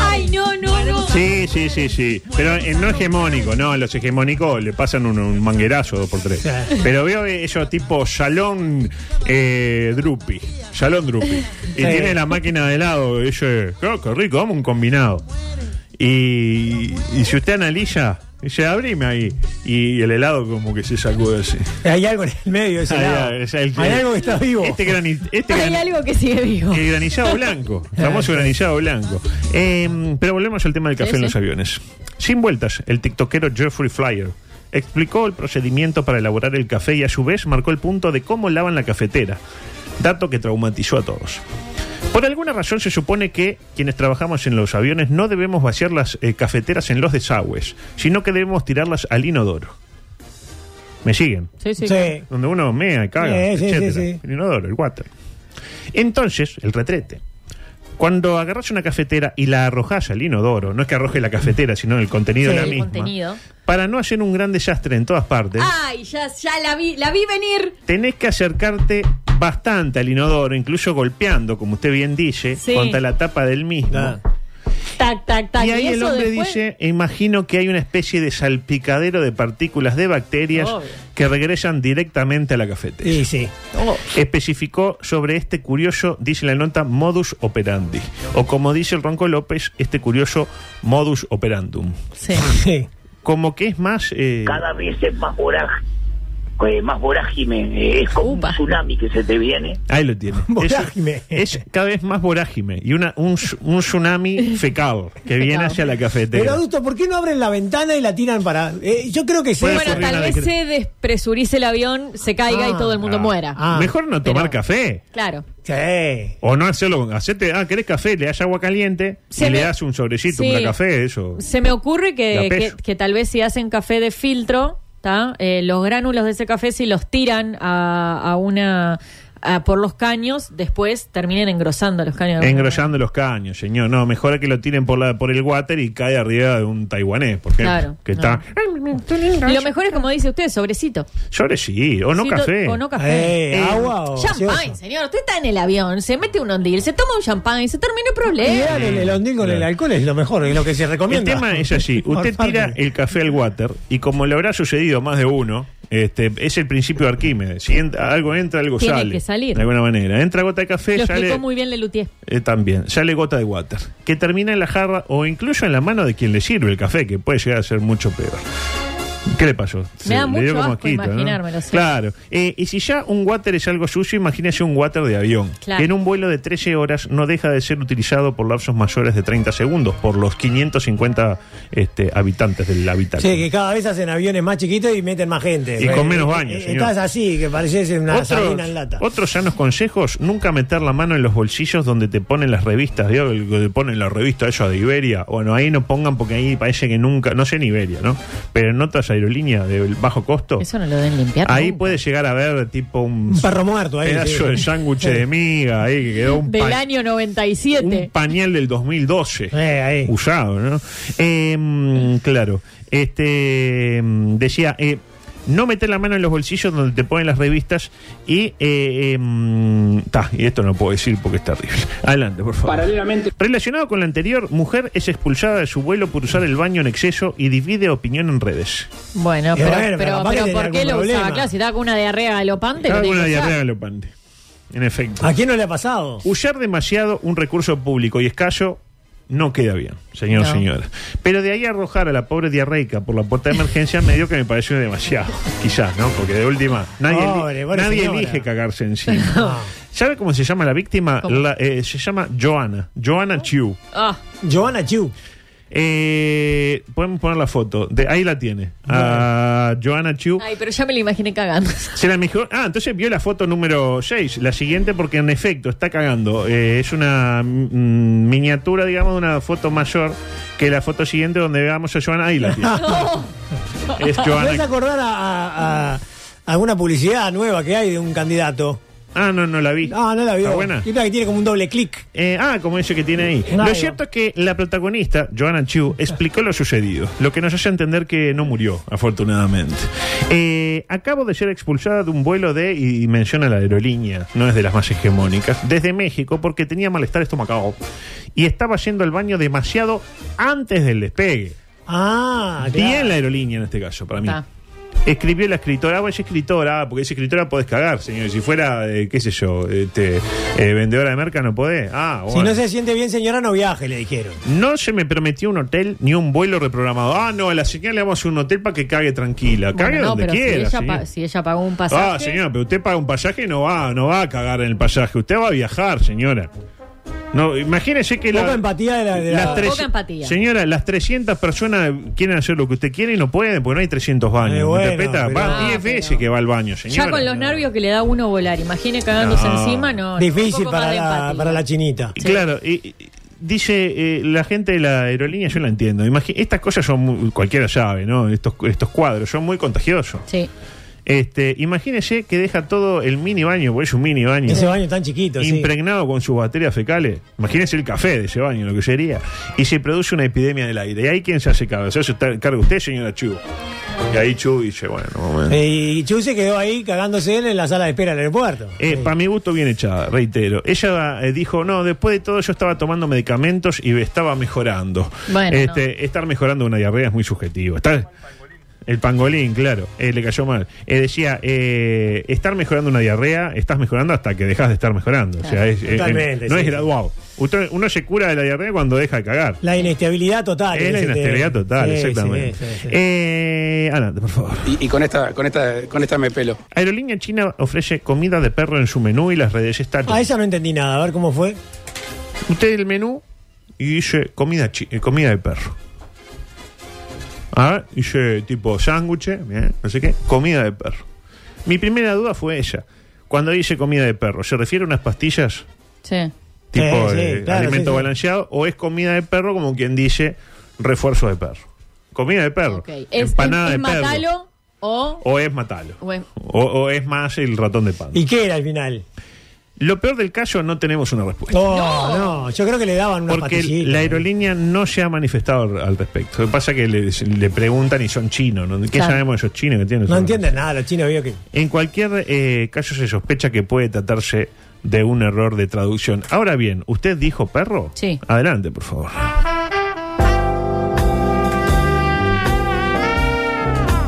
Ay, no, no, no.
Sí, sí, sí, sí. Pero en no hegemónico, no, en los hegemónicos le pasan un, un manguerazo dos por tres. Pero veo eh, ellos tipo Shalom eh, Drupi. Shalom Drupi. Y
Sí.
tiene la máquina de helado. Y dice, "Oh, qué rico, vamos un combinado. Y, y si usted analiza, dice, abrime ahí. Y el helado como que se sacude así.
Hay algo en el medio de ese
Ah,
lado.
ya, es el-
Hay algo que está vivo.
Este grani- este
Hay
grani-
algo que sigue vivo.
el granizado blanco, el famoso granizado blanco. Eh, pero volvemos al tema del café
Sí,
en
sí.
los aviones. Sin vueltas, el tiktokero Jeffrey Flyer explicó el procedimiento para elaborar el café y a su vez marcó el punto de cómo lavan la cafetera, dato que traumatizó a todos. Por alguna razón se supone que quienes trabajamos en los aviones no debemos vaciar las eh, cafeteras en los desagües, sino que debemos tirarlas al inodoro. ¿Me siguen?
Sí, sí.
Sí.
donde uno mea y caga,
Sí, sí,
etcétera.
sí, sí.
El inodoro, el water. Entonces, el retrete. Cuando agarras una cafetera y la arrojas al inodoro, no es que arroje la cafetera, sino el contenido
Sí,
de la
el
misma.
contenido. Ah.
Para no hacer un gran desastre en todas partes,
Ay, ya, ya la vi, la vi venir.
tenés que acercarte bastante al inodoro, incluso golpeando, como usted bien dice,
Sí.
contra la tapa del mismo.
Tac, tac, tac.
Y ahí el
eso
hombre
después-
dice, imagino que hay una especie de salpicadero de partículas de bacterias
Obvio.
que regresan directamente a la cafetera.
Sí, sí.
Especificó sobre este curioso, dice la nota, modus operandi. O como dice el Ronco López, este curioso modus operandum.
Sí.
Sí.
Como que es más... eh,
Cada vez es más vorágine, más vorágine, eh, es como un tsunami que se te viene.
Ahí lo tiene.
Vorágine.
Es, es cada vez más vorágime y una, un, tsu- un tsunami fecal que viene hacia la
Pero
cafetera.
adulto, ¿por qué no abren la ventana y la tiran para.? Eh, yo creo que sí.
Bueno, tal vez se despresurice el avión, se caiga y
Ah,
todo el mundo muera.
Mejor no tomar café.
Claro.
Sí.
O no hacerlo con... Hacete, ah, ¿querés café? Le das agua caliente
Se
y le
me-
das un sobrecito,
Sí.
un café, eso.
Se me ocurre que,
La peso.
que- que tal vez si hacen café de filtro, ¿tá? Eh, los gránulos de ese café, si los tiran a, a una. a- por los caños, después terminen engrosando los caños. de alguna
Engrollando los caños, señor. No, mejor que lo tiren por, la, por el water y cae arriba de un taiwanés, porque
Claro,
que
no.
está... Eh,
manera. Y lo mejor es como dice usted, sobrecito.
Llore sí, o no
Sí, to-
café.
o no café.
Eh,
agua o
Champagne,
gaseosa.
señor. Usted está en el avión, se mete un ondil, se toma un champagne, se termina el
Y
problema.
dale, el ondil con el alcohol es lo mejor, es lo que se
El
recomienda.
tema es así, usted
Por
tira
favor.
el café al water y como le habrá sucedido a más de uno, este, es el principio de Arquímedes. Si ent- algo entra, algo
Tiene
sale.
que salir.
De alguna manera. Entra gota de café,
Lo
sale...
explicó muy bien Lelutier.
Eh, también, sale gota de water, que termina en la jarra o incluso en la mano de quien le sirve el café, que puede llegar a ser mucho peor. ¿Qué le pasó?
Me da
le
mucho
dio como
asco
asquito, ¿no?
imaginármelo, sí.
Claro. Eh, y si ya un water es algo sucio, imagínese un water de avión,
Claro.
que en un vuelo de 13 horas no deja de ser utilizado por lapsos mayores de 30 segundos, por los 550 este, habitantes del habitáculo.
Sí, que cada vez hacen aviones más chiquitos y meten más gente.
Y con
Eh,
menos
eh,
baños,
eh,
señor.
Estás así, que pareces una sardina en lata.
otros sanos consejos, nunca meter la mano en los bolsillos donde te ponen las revistas, digo, el que te ponen la revista esa de Iberia, bueno, ahí no pongan porque ahí parece que nunca, no sé en Iberia, ¿no? Pero en otras aerolíneas de bajo costo,
Eso no lo deben limpiar.
ahí
nunca.
puede llegar a ver tipo un,
Un perro muerto ahí.
pedazo
sí.
de sándwich de miga, ahí que quedó un,
Del
pa-
año 97.
un pañal del 2012
Eh, ahí.
usado, ¿no? Eh, mm, claro. Este mm, decía eh, no meter la mano en los bolsillos donde te ponen las revistas y eh, eh, mm, ta, y esto no puedo decir porque es terrible. Adelante, por favor.
Paralelamente.
Relacionado con lo anterior, mujer es expulsada de su vuelo por usar el baño en exceso y divide opinión en redes.
Bueno,
Y
pero,
bueno,
pero,
capaz
pero
que
¿por
tenía
qué
algún
lo usaba?
problema.
Claro, si estaba con una diarrea galopante. lo
Cada
tenía
una
que
diarrea
usar.
galopante. En efecto.
¿A quién no le ha pasado?
Usar demasiado un recurso público y escaso No queda bien, señor,
No.
señora. Pero de ahí a arrojar a la pobre diarreica por la puerta de emergencia, medio que me pareció demasiado. Quizás, ¿no? Porque de última, nadie, eli-
Pobre, pobre
nadie
señora.
elige cagarse encima. ¿Sabe cómo se llama la víctima?
¿Cómo?
La, eh, se llama Joana. Joana Chiu.
Ah.
Joana Chiu. Eh, podemos poner la foto. De, ahí la tiene. A Joana Chiu.
Ay, pero ya me lo imaginé cagando.
Se la mejor. Ah, entonces vio la foto número 6, la siguiente, porque en efecto está cagando. Eh, es una mm, miniatura, digamos, de una foto mayor que la foto siguiente donde veamos a Joana ahí la tiene. Es Joana.
¿Me vas a acordar a, a- a alguna publicidad nueva que hay de un candidato?
Ah, no, no la vi.
Ah, no la vi.
¿Está buena?
Y una que tiene como un doble clic.
Eh, ah, como ese que tiene ahí.
Claro.
Lo cierto es que la protagonista, Joanna Chu, explicó lo sucedido, lo que nos hace entender que no murió, afortunadamente. Eh, acabo de ser expulsada de un vuelo de, y menciona la aerolínea, no es de las más hegemónicas, desde México porque tenía malestar estomacal y estaba yendo al baño demasiado antes del despegue.
Ah,
Bien la aerolínea en este caso, para mí. Escribió la escritora, ah, es escritora, ah, porque es escritora podés cagar, señor. Si fuera, eh, qué sé yo, este, eh, vendedora de merca no podés. Ah,
Si
bueno.
no se siente bien, señora, no viaje, le dijeron.
No se me prometió un hotel ni un vuelo reprogramado. Ah, no, a la señora le vamos a hacer un hotel para que cague tranquila. Cague
Bueno, no,
donde
pero
quiera.
si, ella
señora.
pa- si ella pagó un pasaje.
Ah, señora, pero usted paga un pasaje y no va, no va a cagar en el pasaje. Usted va a viajar, señora. No, imagínese que
Poca
la,
empatía de la. de la-
las tres-
Poca empatía.
Señora, las 300 personas quieren hacer lo que usted quiere y no pueden porque no hay 300 baños. ¿Me
Eh, bueno,
interpreta?
pero-
Va 10 veces que va al baño, señora.
Ah, ya con los nervios que le da uno volar. Imagine cagándose
No.
encima, no. no, un
Difícil
poco más
para
de
la,
empatía.
para la chinita.
Y Claro, y, y- dice eh, la gente de la aerolínea, yo la entiendo. Imagi- estas cosas son, muy- cualquiera sabe, ¿no? Estos, estos cuadros son muy contagiosos.
Sí.
Este, imagínese que deja todo el mini baño, porque es un mini baño.
Ese baño tan chiquito, sí.
impregnado con sus bacterias fecales. Imagínense el café de ese baño, lo que sería. Y se produce una epidemia del aire. ¿Y ahí quién se hace cargo? ¿Se hace ta- cargo usted, señora Chu? Y ahí Chu dice, bueno, bueno.
Eh, Y Chu se quedó ahí cagándose en la sala de espera del aeropuerto.
Para Eh, mi gusto bien echada, reitero. Ella eh, dijo, no, después de todo yo estaba tomando medicamentos y estaba mejorando.
Bueno,
Este, Estar mejorando una diarrea es muy subjetivo. Estar- el pangolín, claro, eh, le cayó mal. Eh, decía, eh, estar mejorando una diarrea, estás mejorando hasta que dejas de estar mejorando. O sea, es- eh,
Totalmente,
eh, no
sí.
es graduado. Usted- uno se cura de la diarrea cuando deja de cagar.
La inestabilidad total.
es la
ese
inestabilidad
tema.
total,
Ah, Sí, sí,
exactamente.
sí, sí.
Eh, adelante, por favor.
Y, y con esta, con esta, con esta me pelo.
Aerolínea China ofrece comida de perro en su menú y las redes están.
A Ah, esa no entendí nada, a ver cómo fue.
Usted el menú y dice comida, chi- eh, comida de perro. A ver, dice tipo sándwiches, bien, no sé qué, comida de perro. Mi primera duda fue ella. Cuando dice comida de perro, ¿se refiere a unas pastillas
sí.
tipo
sí,
eh,
claro,
alimento
sí, sí.
balanceado o es comida de perro como quien dice refuerzo de perro? Comida de perro,
Ok. Es,
empanada
es- es
de perro.
matalo o.
O es matalo.
o es-
O, o es más el ratón de pan.
¿Y qué era al final?
Lo peor del caso, no tenemos una respuesta.
No, Oh, no, yo creo que le daban una ¿eh?
Porque
patillita.
la aerolínea no se ha manifestado al- al respecto. Lo que pasa es que le, le preguntan y son chinos. ¿no? ¿Qué
Claro.
sabemos de esos chinos que tienen?
No entienden nada, los chinos vio que.
En cualquier eh, caso se sospecha que puede tratarse de un error de traducción. Ahora bien, ¿usted dijo perro?
Sí.
Adelante, por favor.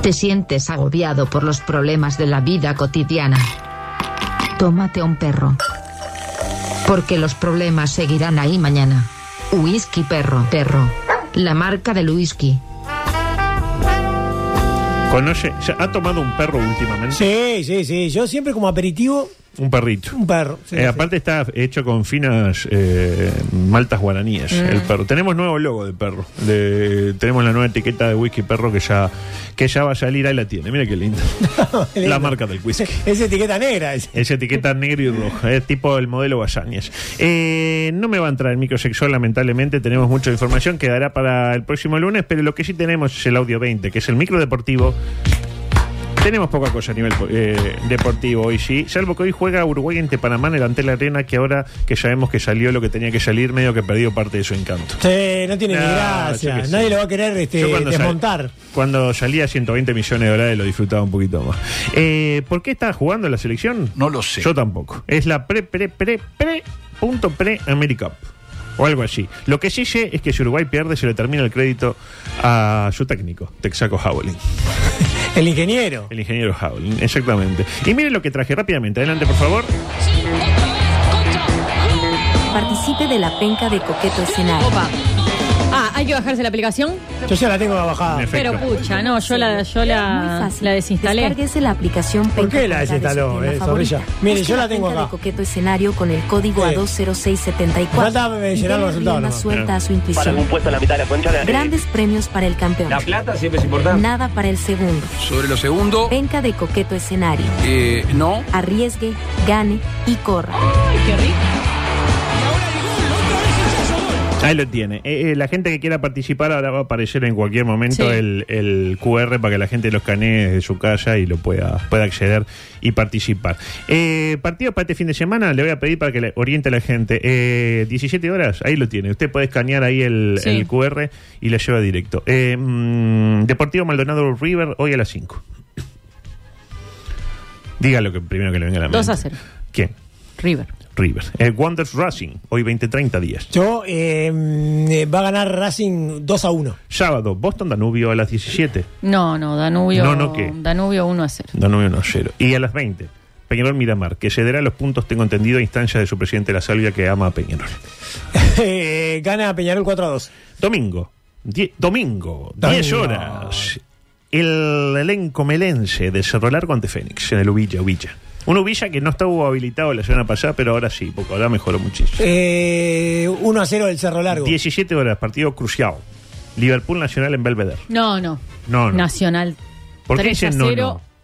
Te sientes agobiado por los problemas de la vida cotidiana. Tómate un perro. Porque los problemas seguirán ahí mañana. Whisky perro, perro. La marca del whisky.
¿Conoce? ya ¿Ha tomado un perro últimamente?
Sí, sí, sí. Yo siempre como aperitivo,
Un perrito.
un perro. Sí,
Eh,
sí.
Aparte está hecho con finas eh, maltas guaraníes
Mm.
el perro. Tenemos nuevo logo de perro. De- tenemos la nueva etiqueta de whisky perro que ya, que ya va a salir. Ahí la tiene. Mira qué linda. la marca del whisky.
Es etiqueta negra. Es.
Es etiqueta negro y roja, es tipo el modelo Bayañez. Eh, no me va a entrar el microsexual, lamentablemente, tenemos mucha información, quedará para el próximo lunes, pero lo que sí tenemos es el audio 20, que es el micro deportivo. Tenemos poca cosa a nivel eh, deportivo hoy, sí. Salvo que hoy juega Uruguay ante Panamá en el Antel Arena, que ahora que sabemos que salió lo que tenía que salir, medio que perdió parte de su encanto.
Sí, no tiene ni
No, yo
gracia.
qué sé.
Nadie lo va a querer este,
Yo cuando sal-
desmontar.
Cuando salía 120 millones de dólares lo disfrutaba un poquito más. Eh, ¿Por qué está jugando la selección? No lo sé. Yo tampoco. Es la pre, pre, pre, pre, punto pre America Cup. O algo así. Lo que sí sé es que si Uruguay pierde, se le termina el crédito a su técnico, Texaco Howling.
El ingeniero.
El ingeniero Howling, exactamente. Y miren lo que traje rápidamente. Adelante, por favor.
participe de la penca de Coqueto Escenario.
Opa. Ah, hay que bajarse la aplicación.
Yo ya la tengo bajada.
Pero pucha, no, yo la, yo la, la desinstalé.
Descárguese la aplicación
¿Por qué
Penca
la
Colgada de su
desinstaló,
sistema
eh,
favorito.
Zorrilla? Mire,
Busque
yo la
Penca
tengo acá.
de Coqueto Escenario con el código
Sí.
A20674.
Falta mencionar
Y dele
los resultados
rienda
nomás.
suelta a su
Para
intuición.
un puesto en la mitad de la concha de la
Grandes premios para el campeón.
La plata siempre es importante.
Nada para el segundo.
Sobre lo segundo,
Penca de Coqueto Escenario.
eh, no.
Arriesgue, gane y corra.
Ahí lo tiene. Eh, eh, la gente que quiera participar ahora va a aparecer en cualquier momento
Sí.
el, el QR para que la gente lo escanee desde su casa y lo pueda, pueda acceder y participar. Eh, partidos para este fin de semana, le voy a pedir para que le oriente a la gente. Eh, 17 horas, ahí lo tiene. Usted puede escanear ahí el,
Sí.
el QR y lo lleva directo. Eh, mm, Deportivo Maldonado River, hoy a las 5. Dígalo que primero que le venga a la mente.
2 a 0.
¿Quién?
River.
River. Eh, Wonders Racing, hoy 20-30 días.
Yo, eh, mm, eh, va a ganar Racing 2 a 1.
Sábado, Boston Danubio a las 17.
No, no, Danubio.
No, no, ¿qué?
Danubio 1 a 0.
Danubio 1-0. Y a las 20, Peñarol Miramar, que cederá los puntos, tengo entendido, a instancia de su presidente La Salvia, que ama a Peñarol.
Eh, gana Peñarol 4 a 2.
Domingo, die- domingo,
Domingo.
10 horas. El elenco melense de Cerro Largo ante Fénix, en el Ubilla, Ubilla. Un Ubilla que no estaba habilitado la semana pasada, pero ahora sí, porque ahora mejoró muchísimo.
Eh, 1 a 0 del Cerro Largo.
17 horas, partido crucial. Liverpool Nacional en Belvedere.
No, no.
No, no.
Nacional.
¿Por qué
3 a
dicen no,
0?
no?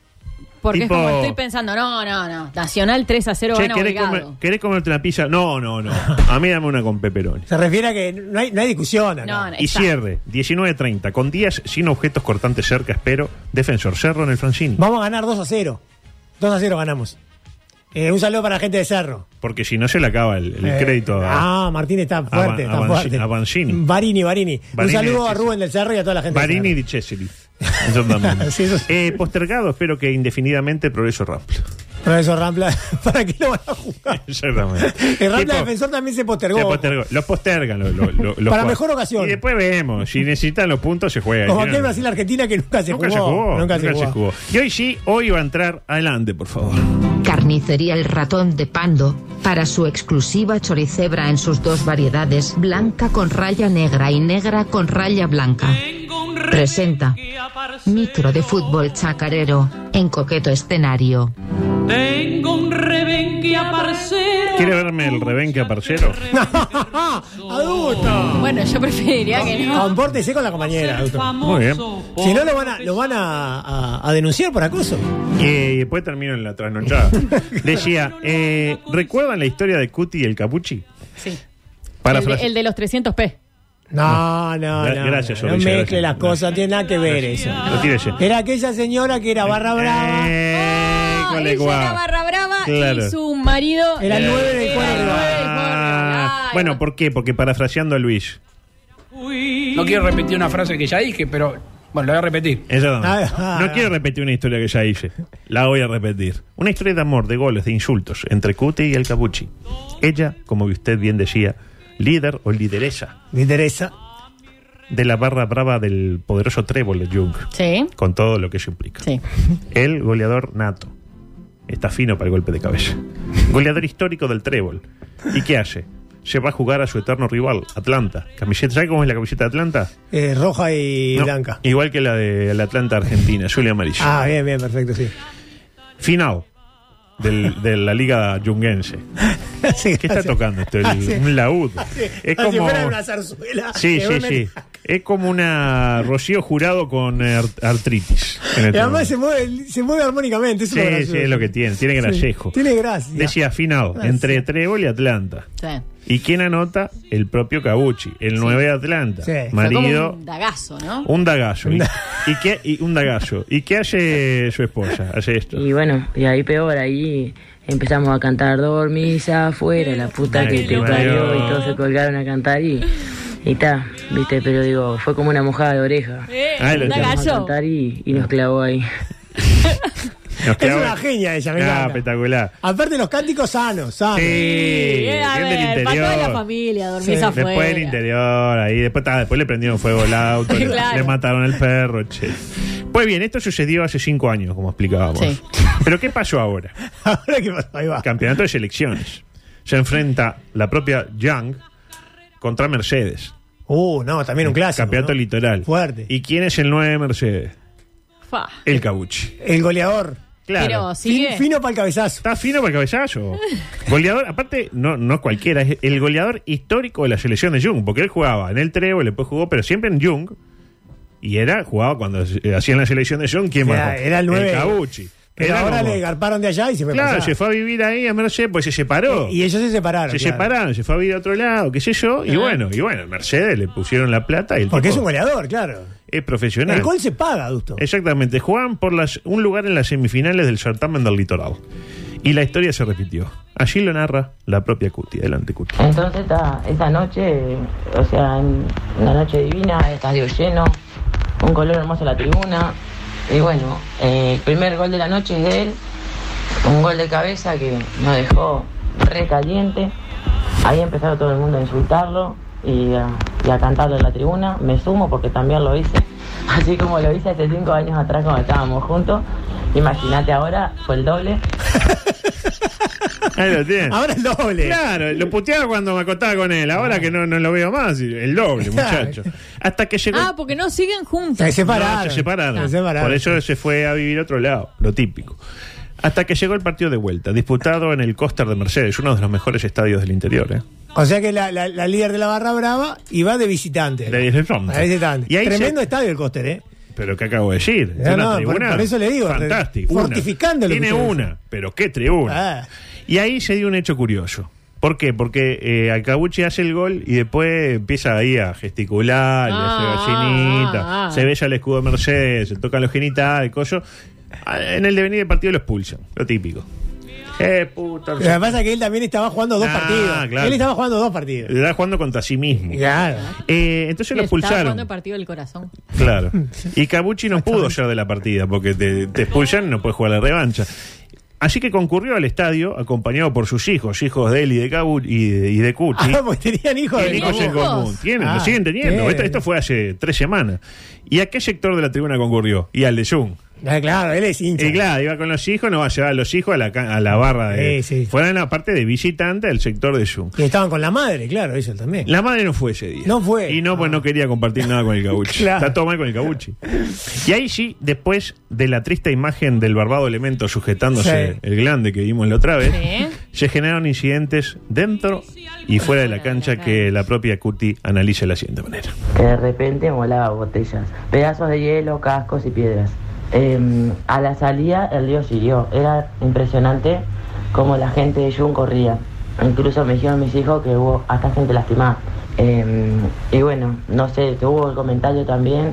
Porque
Tipo-
es como estoy pensando, no, no, no. Nacional 3 a 0
Che,
gana
¿querés,
obligado.
comer- ¿querés comerte una pizza? No, no, no. A mí dame una con pepperoni.
Se refiere a que no hay, no hay discusión. acá.
No, no,
Y
exacto.
cierre, 19.30, con días sin objetos cortantes cerca, espero. Defensor Cerro en el Francini.
Vamos a ganar 2 a 0. 2 a 0 ganamos. Eh, un saludo para la gente de Cerro.
Porque si no se le acaba el, el
Eh,
crédito a,
Ah, Martín está
a, Ban-
fuerte,
a
está
Banci-
fuerte.
a Banchini.
Barini, Barini. Un
Barini
saludo
de
a Rubén del Cerro y a toda la gente de
Barini y Chesili. Eso también. Eh, postergado, espero que indefinidamente progreso Rampla.
Cerro. Profesor Rampla, ¿para qué lo van a jugar?
Exactamente.
El Rampla
Tipo,
defensor también se postergó.
se postergó. Los postergan. lo- lo- lo- los
Para
jugadores.
mejor ocasión.
Y después vemos. Si necesitan los puntos, se juega. Y
Como
si no,
aquel
no.
Brasil-Argentina que nunca se
Nunca
jugó.
se jugó.
Nunca se jugó.
Y hoy sí, hoy va a entrar adelante, por favor.
Carnicería El Ratón de Pando, para su exclusiva choricebra en sus dos variedades, blanca con raya negra y negra con raya blanca. Presenta Micro de fútbol chacarero, en coqueto escenario.
Tengo un rebenque aparcero.
¿Quiere verme el rebenque a parcero?
¡Adulto!
Bueno, yo preferiría que no.
Compórtese con la compañera, adulto.
Muy bien.
Si no, lo van a, lo van a, a- a denunciar por acoso.
Eh, Y después termino en la trasnochada. Decía, eh, ¿recuerdan la historia de Cuti y el Capuchi?
Sí.
Para
el, de, el de los 300p.
No, no,
Gra-
no.
gracias,
no,
Orilla,
mezcle
gracias.
las cosas, no tiene nada que ver eso. Era aquella señora que era barra brava.
Eh.
Ah, Ella era barra brava
Claro.
y su marido
Era el nueve del cuadro
el nueve del cuadro
Ah, bueno, ¿por qué? Porque parafraseando a Luis.
No quiero repetir una frase que ya dije, pero bueno, la voy a repetir.
Eso no.
Ah, ah,
No
ah.
quiero repetir una historia que ya hice. La voy a repetir. Una historia de amor, de goles, de insultos entre Cuti y el Capuchi. Ella, como usted bien decía, líder o lideresa
Lideresa.
de la barra brava del poderoso Trébol de Jung.
Sí.
con todo lo que eso implica.
Sí.
El goleador nato. Está fino para el golpe de cabeza. Goleador histórico del trébol. ¿Y qué hace? Se va a jugar a su eterno rival, Atlanta. Camiseta, ¿Sabe cómo es la camiseta de Atlanta?
Eh, roja y
No,
blanca.
Igual que la de la Atlanta Argentina, Julia Amarilla.
Ah, bien, bien, perfecto, sí.
Final del- de la liga yunguense. ¿Qué está tocando esto? El-
Hace-
un laúd. Es
Como si
como...
fuera una zarzuela.
Sí,
que va
sí,
a meter-
sí. Es como una Rocío Jurado con eh, art- artritis. en
Y
este
además
momento.
se mueve, se mueve armónicamente. Eso
Sí,
es lo gracioso.
sí, es lo que tiene. Tiene
Sí,
grasejo.
Tiene gracia. Ah,
Decía afinado,
Gracias.
entre Trébol y Atlanta.
Sí.
¿Y quién anota? El propio Cabucci, el 9 de Atlanta.
Fue como
Marido, Oh.
un dagazo, ¿no?
un dagazo. ¿Y, y qué, y un dagazo. ¿Y qué hace su esposa? Hace esto.
Y bueno, y ahí peor, ahí empezamos a cantar dormisa afuera, la puta que
Ay,
te
Dios.
parió, y todos se colgaron a cantar y y está, viste, pero digo, fue como una mojada de oreja.
Eh,
Ahí lo
Empezamos
tiene.
a cantar y, y nos clavó ahí.
Nos
Es
clavó-
una genia ella, me
Ah,
encanta.
espectacular.
Aparte los cánticos sanos, sanos.
Sí,
Eh, a
gente del
ver, para toda la
interior.
familia, dormís
Sí.
afuera.
Después del interior, ahí, después, ta, después le prendieron fuego el auto, le-
Claro.
le mataron el perro, che. Pues bien, esto sucedió hace cinco años, como explicábamos.
Sí.
Pero ¿qué pasó ahora?
Ahora que pasó, ahí va.
Campeonato de selecciones. se enfrenta la propia Young contra Mercedes.
Uh, no, también un clásico.
Campeonato
¿no?
litoral.
Fuerte.
¿Y quién es el 9 de Mercedes?
Fa.
El Cabuchi.
El goleador.
Claro. Pero sigue.
Fin- fino para el cabezazo.
Está fino para el cabezazo. goleador, aparte, no, no es cualquiera, es el goleador histórico de la selección de Jung, porque él jugaba en el Trébol, después jugó, pero siempre en Jung. Y era, jugaba cuando eh, hacían la selección de Jung, ¿quién
O sea,
más?
era el nueve.
Cabuchi.
Pero
Era
ahora
como-
le garparon de allá y se fue
Claro,
para allá.
se fue a vivir ahí a Mercedes, pues se separó.
Y ellos se separaron.
se
claro.
separaron, se fue a vivir a otro lado, qué sé yo. Y
Ajá.
bueno, y bueno, Mercedes le pusieron la plata y el
Porque
tipo
es un goleador, claro.
es profesional.
El gol se paga, Adusto.
Exactamente, jugaban por las, un lugar en las semifinales del certamen del litoral. Y la historia se repitió. Allí lo narra la propia Cuti. Adelante, Cuti.
Entonces esta, esta noche, o sea, en- una noche divina, estadio lleno, un color hermoso la tribuna. Y bueno, eh, el primer gol de la noche es de él, un gol de cabeza que nos dejó re caliente. Ahí empezaron todo el mundo a insultarlo y a, y a cantarlo en la tribuna. Me sumo porque también lo hice, así como lo hice hace cinco años atrás cuando estábamos juntos. Imagínate ahora, fue el doble.
Ahí lo tiene.
Ahora el doble.
Claro, lo puteaba cuando me acotaba con él. Ahora que no, no lo veo más, el doble, muchacho. Hasta que llegó.
Ah, porque no siguen juntos.
Se separaron.
No, se separaron.
Ah, Se separaron.
Por eso se fue a vivir a otro lado, lo típico. Hasta que llegó el partido de vuelta, disputado en el Coster de Mercedes, uno de los mejores estadios del interior. ¿eh?
O sea que la, la- la líder de la barra brava y va de visitante.
De- de Trump.
De visitante.
Y ahí
Tremendo estadio el Coster, ¿eh?
se- pero ¿qué acabo de decir? Es
No,
una
no, por-
tribuna.
por eso le digo,
Fantástico. una.
fortificando lo que
Tiene
usted dice.
una, pero qué tribuna.
Ah.
Y ahí se dio un hecho curioso. ¿Por qué? Porque eh, Alcabuchi hace el gol y después empieza ahí a gesticular, y
Ah,
hace gallinita,
ah, ah.
se ve ya el escudo de Mercedes, se tocan los genitales, coso. Ah, En el devenir del partido lo expulsan, lo típico. Eh, puta.
Lo que pasa es que él también estaba jugando dos
Ah,
partidos.
claro.
Él estaba jugando dos partidos.
Le da jugando contra sí mismo.
Claro.
Eh, entonces lo
Le estaba
expulsaron.
jugando el partido del corazón.
Claro. Y Cabucci no pudo ser de la partida porque te, te expulsan y no puedes jugar la revancha. Así que concurrió al estadio acompañado por sus hijos, hijos de él y de Cabucci y de, y de Cucci.
Ah, pues tenían hijos
Tienen
de
hijos en común. Tienen,
Ah,
lo siguen teniendo.
bien.
Esto, esto fue hace tres semanas. ¿Y a qué sector de la tribuna concurrió? Y al de Jung.
Ah, claro, él es hincha.
Y claro, iba con los hijos, no va a llevar a los hijos a la, ca- a la barra de.
Sí, sí.
Fueron a la parte de visitante del sector de Jung.
Y estaban con la madre, claro, ellos también.
La madre no fue ese día.
No fue.
Y no, pues no quería compartir nada con el Cabuchi.
Claro.
Está todo mal con el Cabuchi. Y ahí sí, después de la triste imagen del barbado elemento sujetándose
Sí.
el glande que vimos la otra vez,
Sí.
se generaron incidentes dentro y fuera de la cancha que la propia Cuti analiza de la siguiente manera.
que de repente volaba botellas, pedazos de hielo, cascos y piedras. Eh, a la salida el río siguió, era impresionante como la gente de Jun corría. Incluso me dijeron mis hijos que hubo hasta gente lastimada. Eh, y bueno, no sé, que hubo el comentario también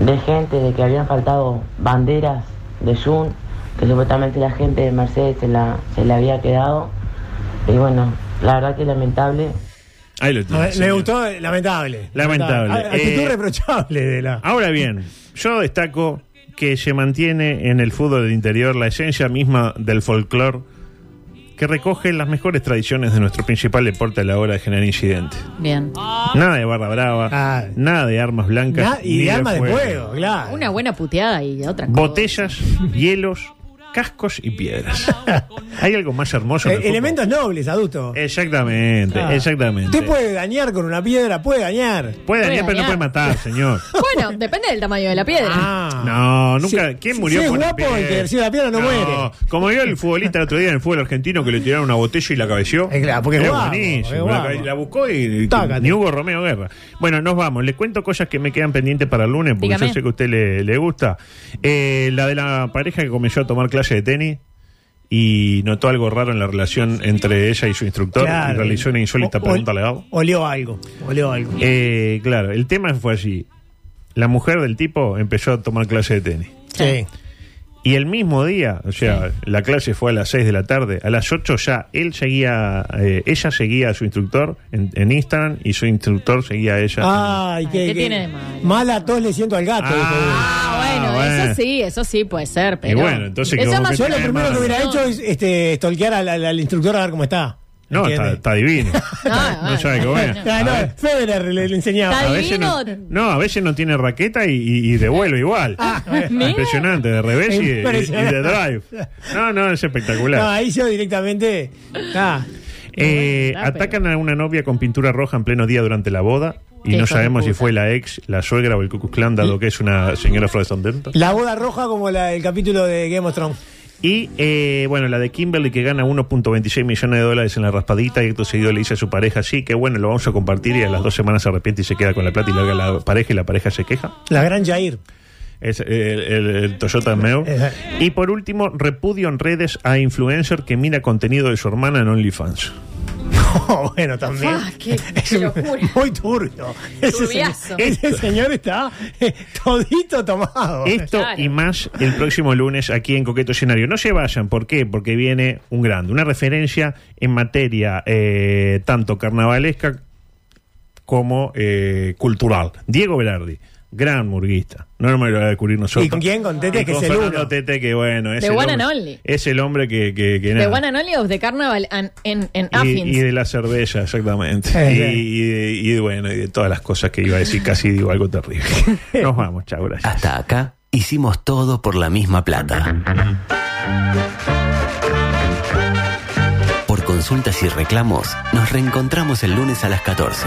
de gente de que habían faltado banderas de Jun, que supuestamente la gente de Mercedes se la, se la había quedado. Y bueno, la verdad que lamentable.
Ahí lo
A
tiene.
ver, Le
señor.
gustó, eh, lamentable.
Lamentable.
Ah, Actitud
Eh,
reprochable de la.
Ahora bien, yo destaco que se mantiene en el fútbol del interior la esencia misma del folclore que recoge las mejores tradiciones de nuestro principal deporte a la hora de generar incidentes.
Bien.
Nada de barra brava,
Ah.
nada de armas blancas.
Na- y
ni
de armas de fuego, claro.
Una buena puteada y otra cosa.
Botellas, hielos, cascos y piedras. ¿Hay algo más hermoso?
Eh,
en el fútbol?
elementos nobles, adulto.
Eh, Exactamente,
Ah.
exactamente.
Usted puede dañar con una piedra, puede dañar.
Puede dañar, pero eh.
dañar.
no puede matar, señor.
Bueno, depende del tamaño de la piedra.
Ah,
Ah,
No, nunca. ¿Quién
si-
murió
si es
con una
guapo, el que recibe la piedra no muere.
Como vio el futbolista el otro día en el fútbol argentino que le tiraron una botella y la cabeció.
Eh, claro, porque es
Era
guapo,
buenísimo,
es
la
guapo.
cabe- La, buscó y, y
Tácate.
ni Hugo Romeo Guerra. Bueno, nos vamos. Les cuento cosas que me quedan pendientes para el lunes porque
Dígame.
yo sé que a usted le, le gusta. Eh, la de la pareja que comenzó a tomar clase de tenis. Y notó algo raro en la relación entre ella y su instructor
Claro.
y realizó una insólita
O-
pregunta
ol-
legal.
Olió algo, olió algo.
Eh, claro, el tema fue allí. La mujer del tipo empezó a tomar clase de tenis.
Sí.
Y el mismo día, o sea, la clase fue a las 6 de la tarde, a las 8 ya él seguía, eh, ella seguía a su instructor en, en Instagram y su instructor seguía a ella.
Ay, qué,
¿qué
qué-
tiene de malo?
Mala tos le siento al gato.
Ah, bueno,
bueno.
eso sí, eso sí puede ser, pero.
Y bueno, entonces,
Eso
como
más
que
dijo. Yo
o
lo
tiene
menos-
primero que hubiera
malo.
No.
hecho es este, stalkear al, al- al instructor a ver cómo está.
no, está,
¿Entiende?
está divino.
Ah,
no sabe qué bueno.
Ah, no, Federer le, le enseñaba.
Está
A veces no,
divino.
no, a veces no tiene raqueta y, y- y devuelve igual.
Ah,
mira.
Impresionante, de revés y, de- y de
Impresionante.
drive. No, no, es espectacular.
No, ahí yo directamente. Ah,
Eh, atacan a una novia con pintura roja en pleno día durante la boda
Qué
y no
hijo de
sabemos si
puta.
fue la ex, la suegra o el cucuclán, dado que es una señora afrodescendiente.
La boda roja como la del capítulo de Game of Thrones.
Y eh, bueno, la de Kimberly que gana 1.26 millones de dólares en la raspadita y acto seguido le dice a su pareja, sí, que bueno, lo vamos a compartir y a las dos semanas se arrepiente y se queda con la plata y larga la pareja y la pareja se queja.
La gran Jair.
Es eh, el, el Toyota Meo. Y por último, repudio en redes a influencer que mira contenido de su hermana en OnlyFans.
Oh, bueno, también. Es un- muy turbio. Ese, señor,
Turbiazo.
ese señor está eh, todito tomado.
Esto y más el próximo lunes aquí en Coqueto Escenario. No se vayan, ¿por qué? Porque viene un grande, una referencia en materia eh, tanto carnavalesca como eh, cultural. Diego Velardi, gran murguista. No me lo va a descubrir nosotros.
¿Y con quién? Con Tete,
Y
que
con
es el
Fernando
uno.
Tete, que bueno, es,
The
el
one
hombre,
and only.
es el hombre que... que, que
De
nada.
One and Only of the Carnival and, en, en
Y,
Athens.
y de la cerveza, exactamente.
Eh,
y,
bien.
y de- y de, bueno, y de todas las cosas que iba a decir, casi digo algo terrible. Nos vamos, chao, gracias.
Hasta acá hicimos todo por la misma plata. Por consultas y reclamos, nos reencontramos el lunes a las 14.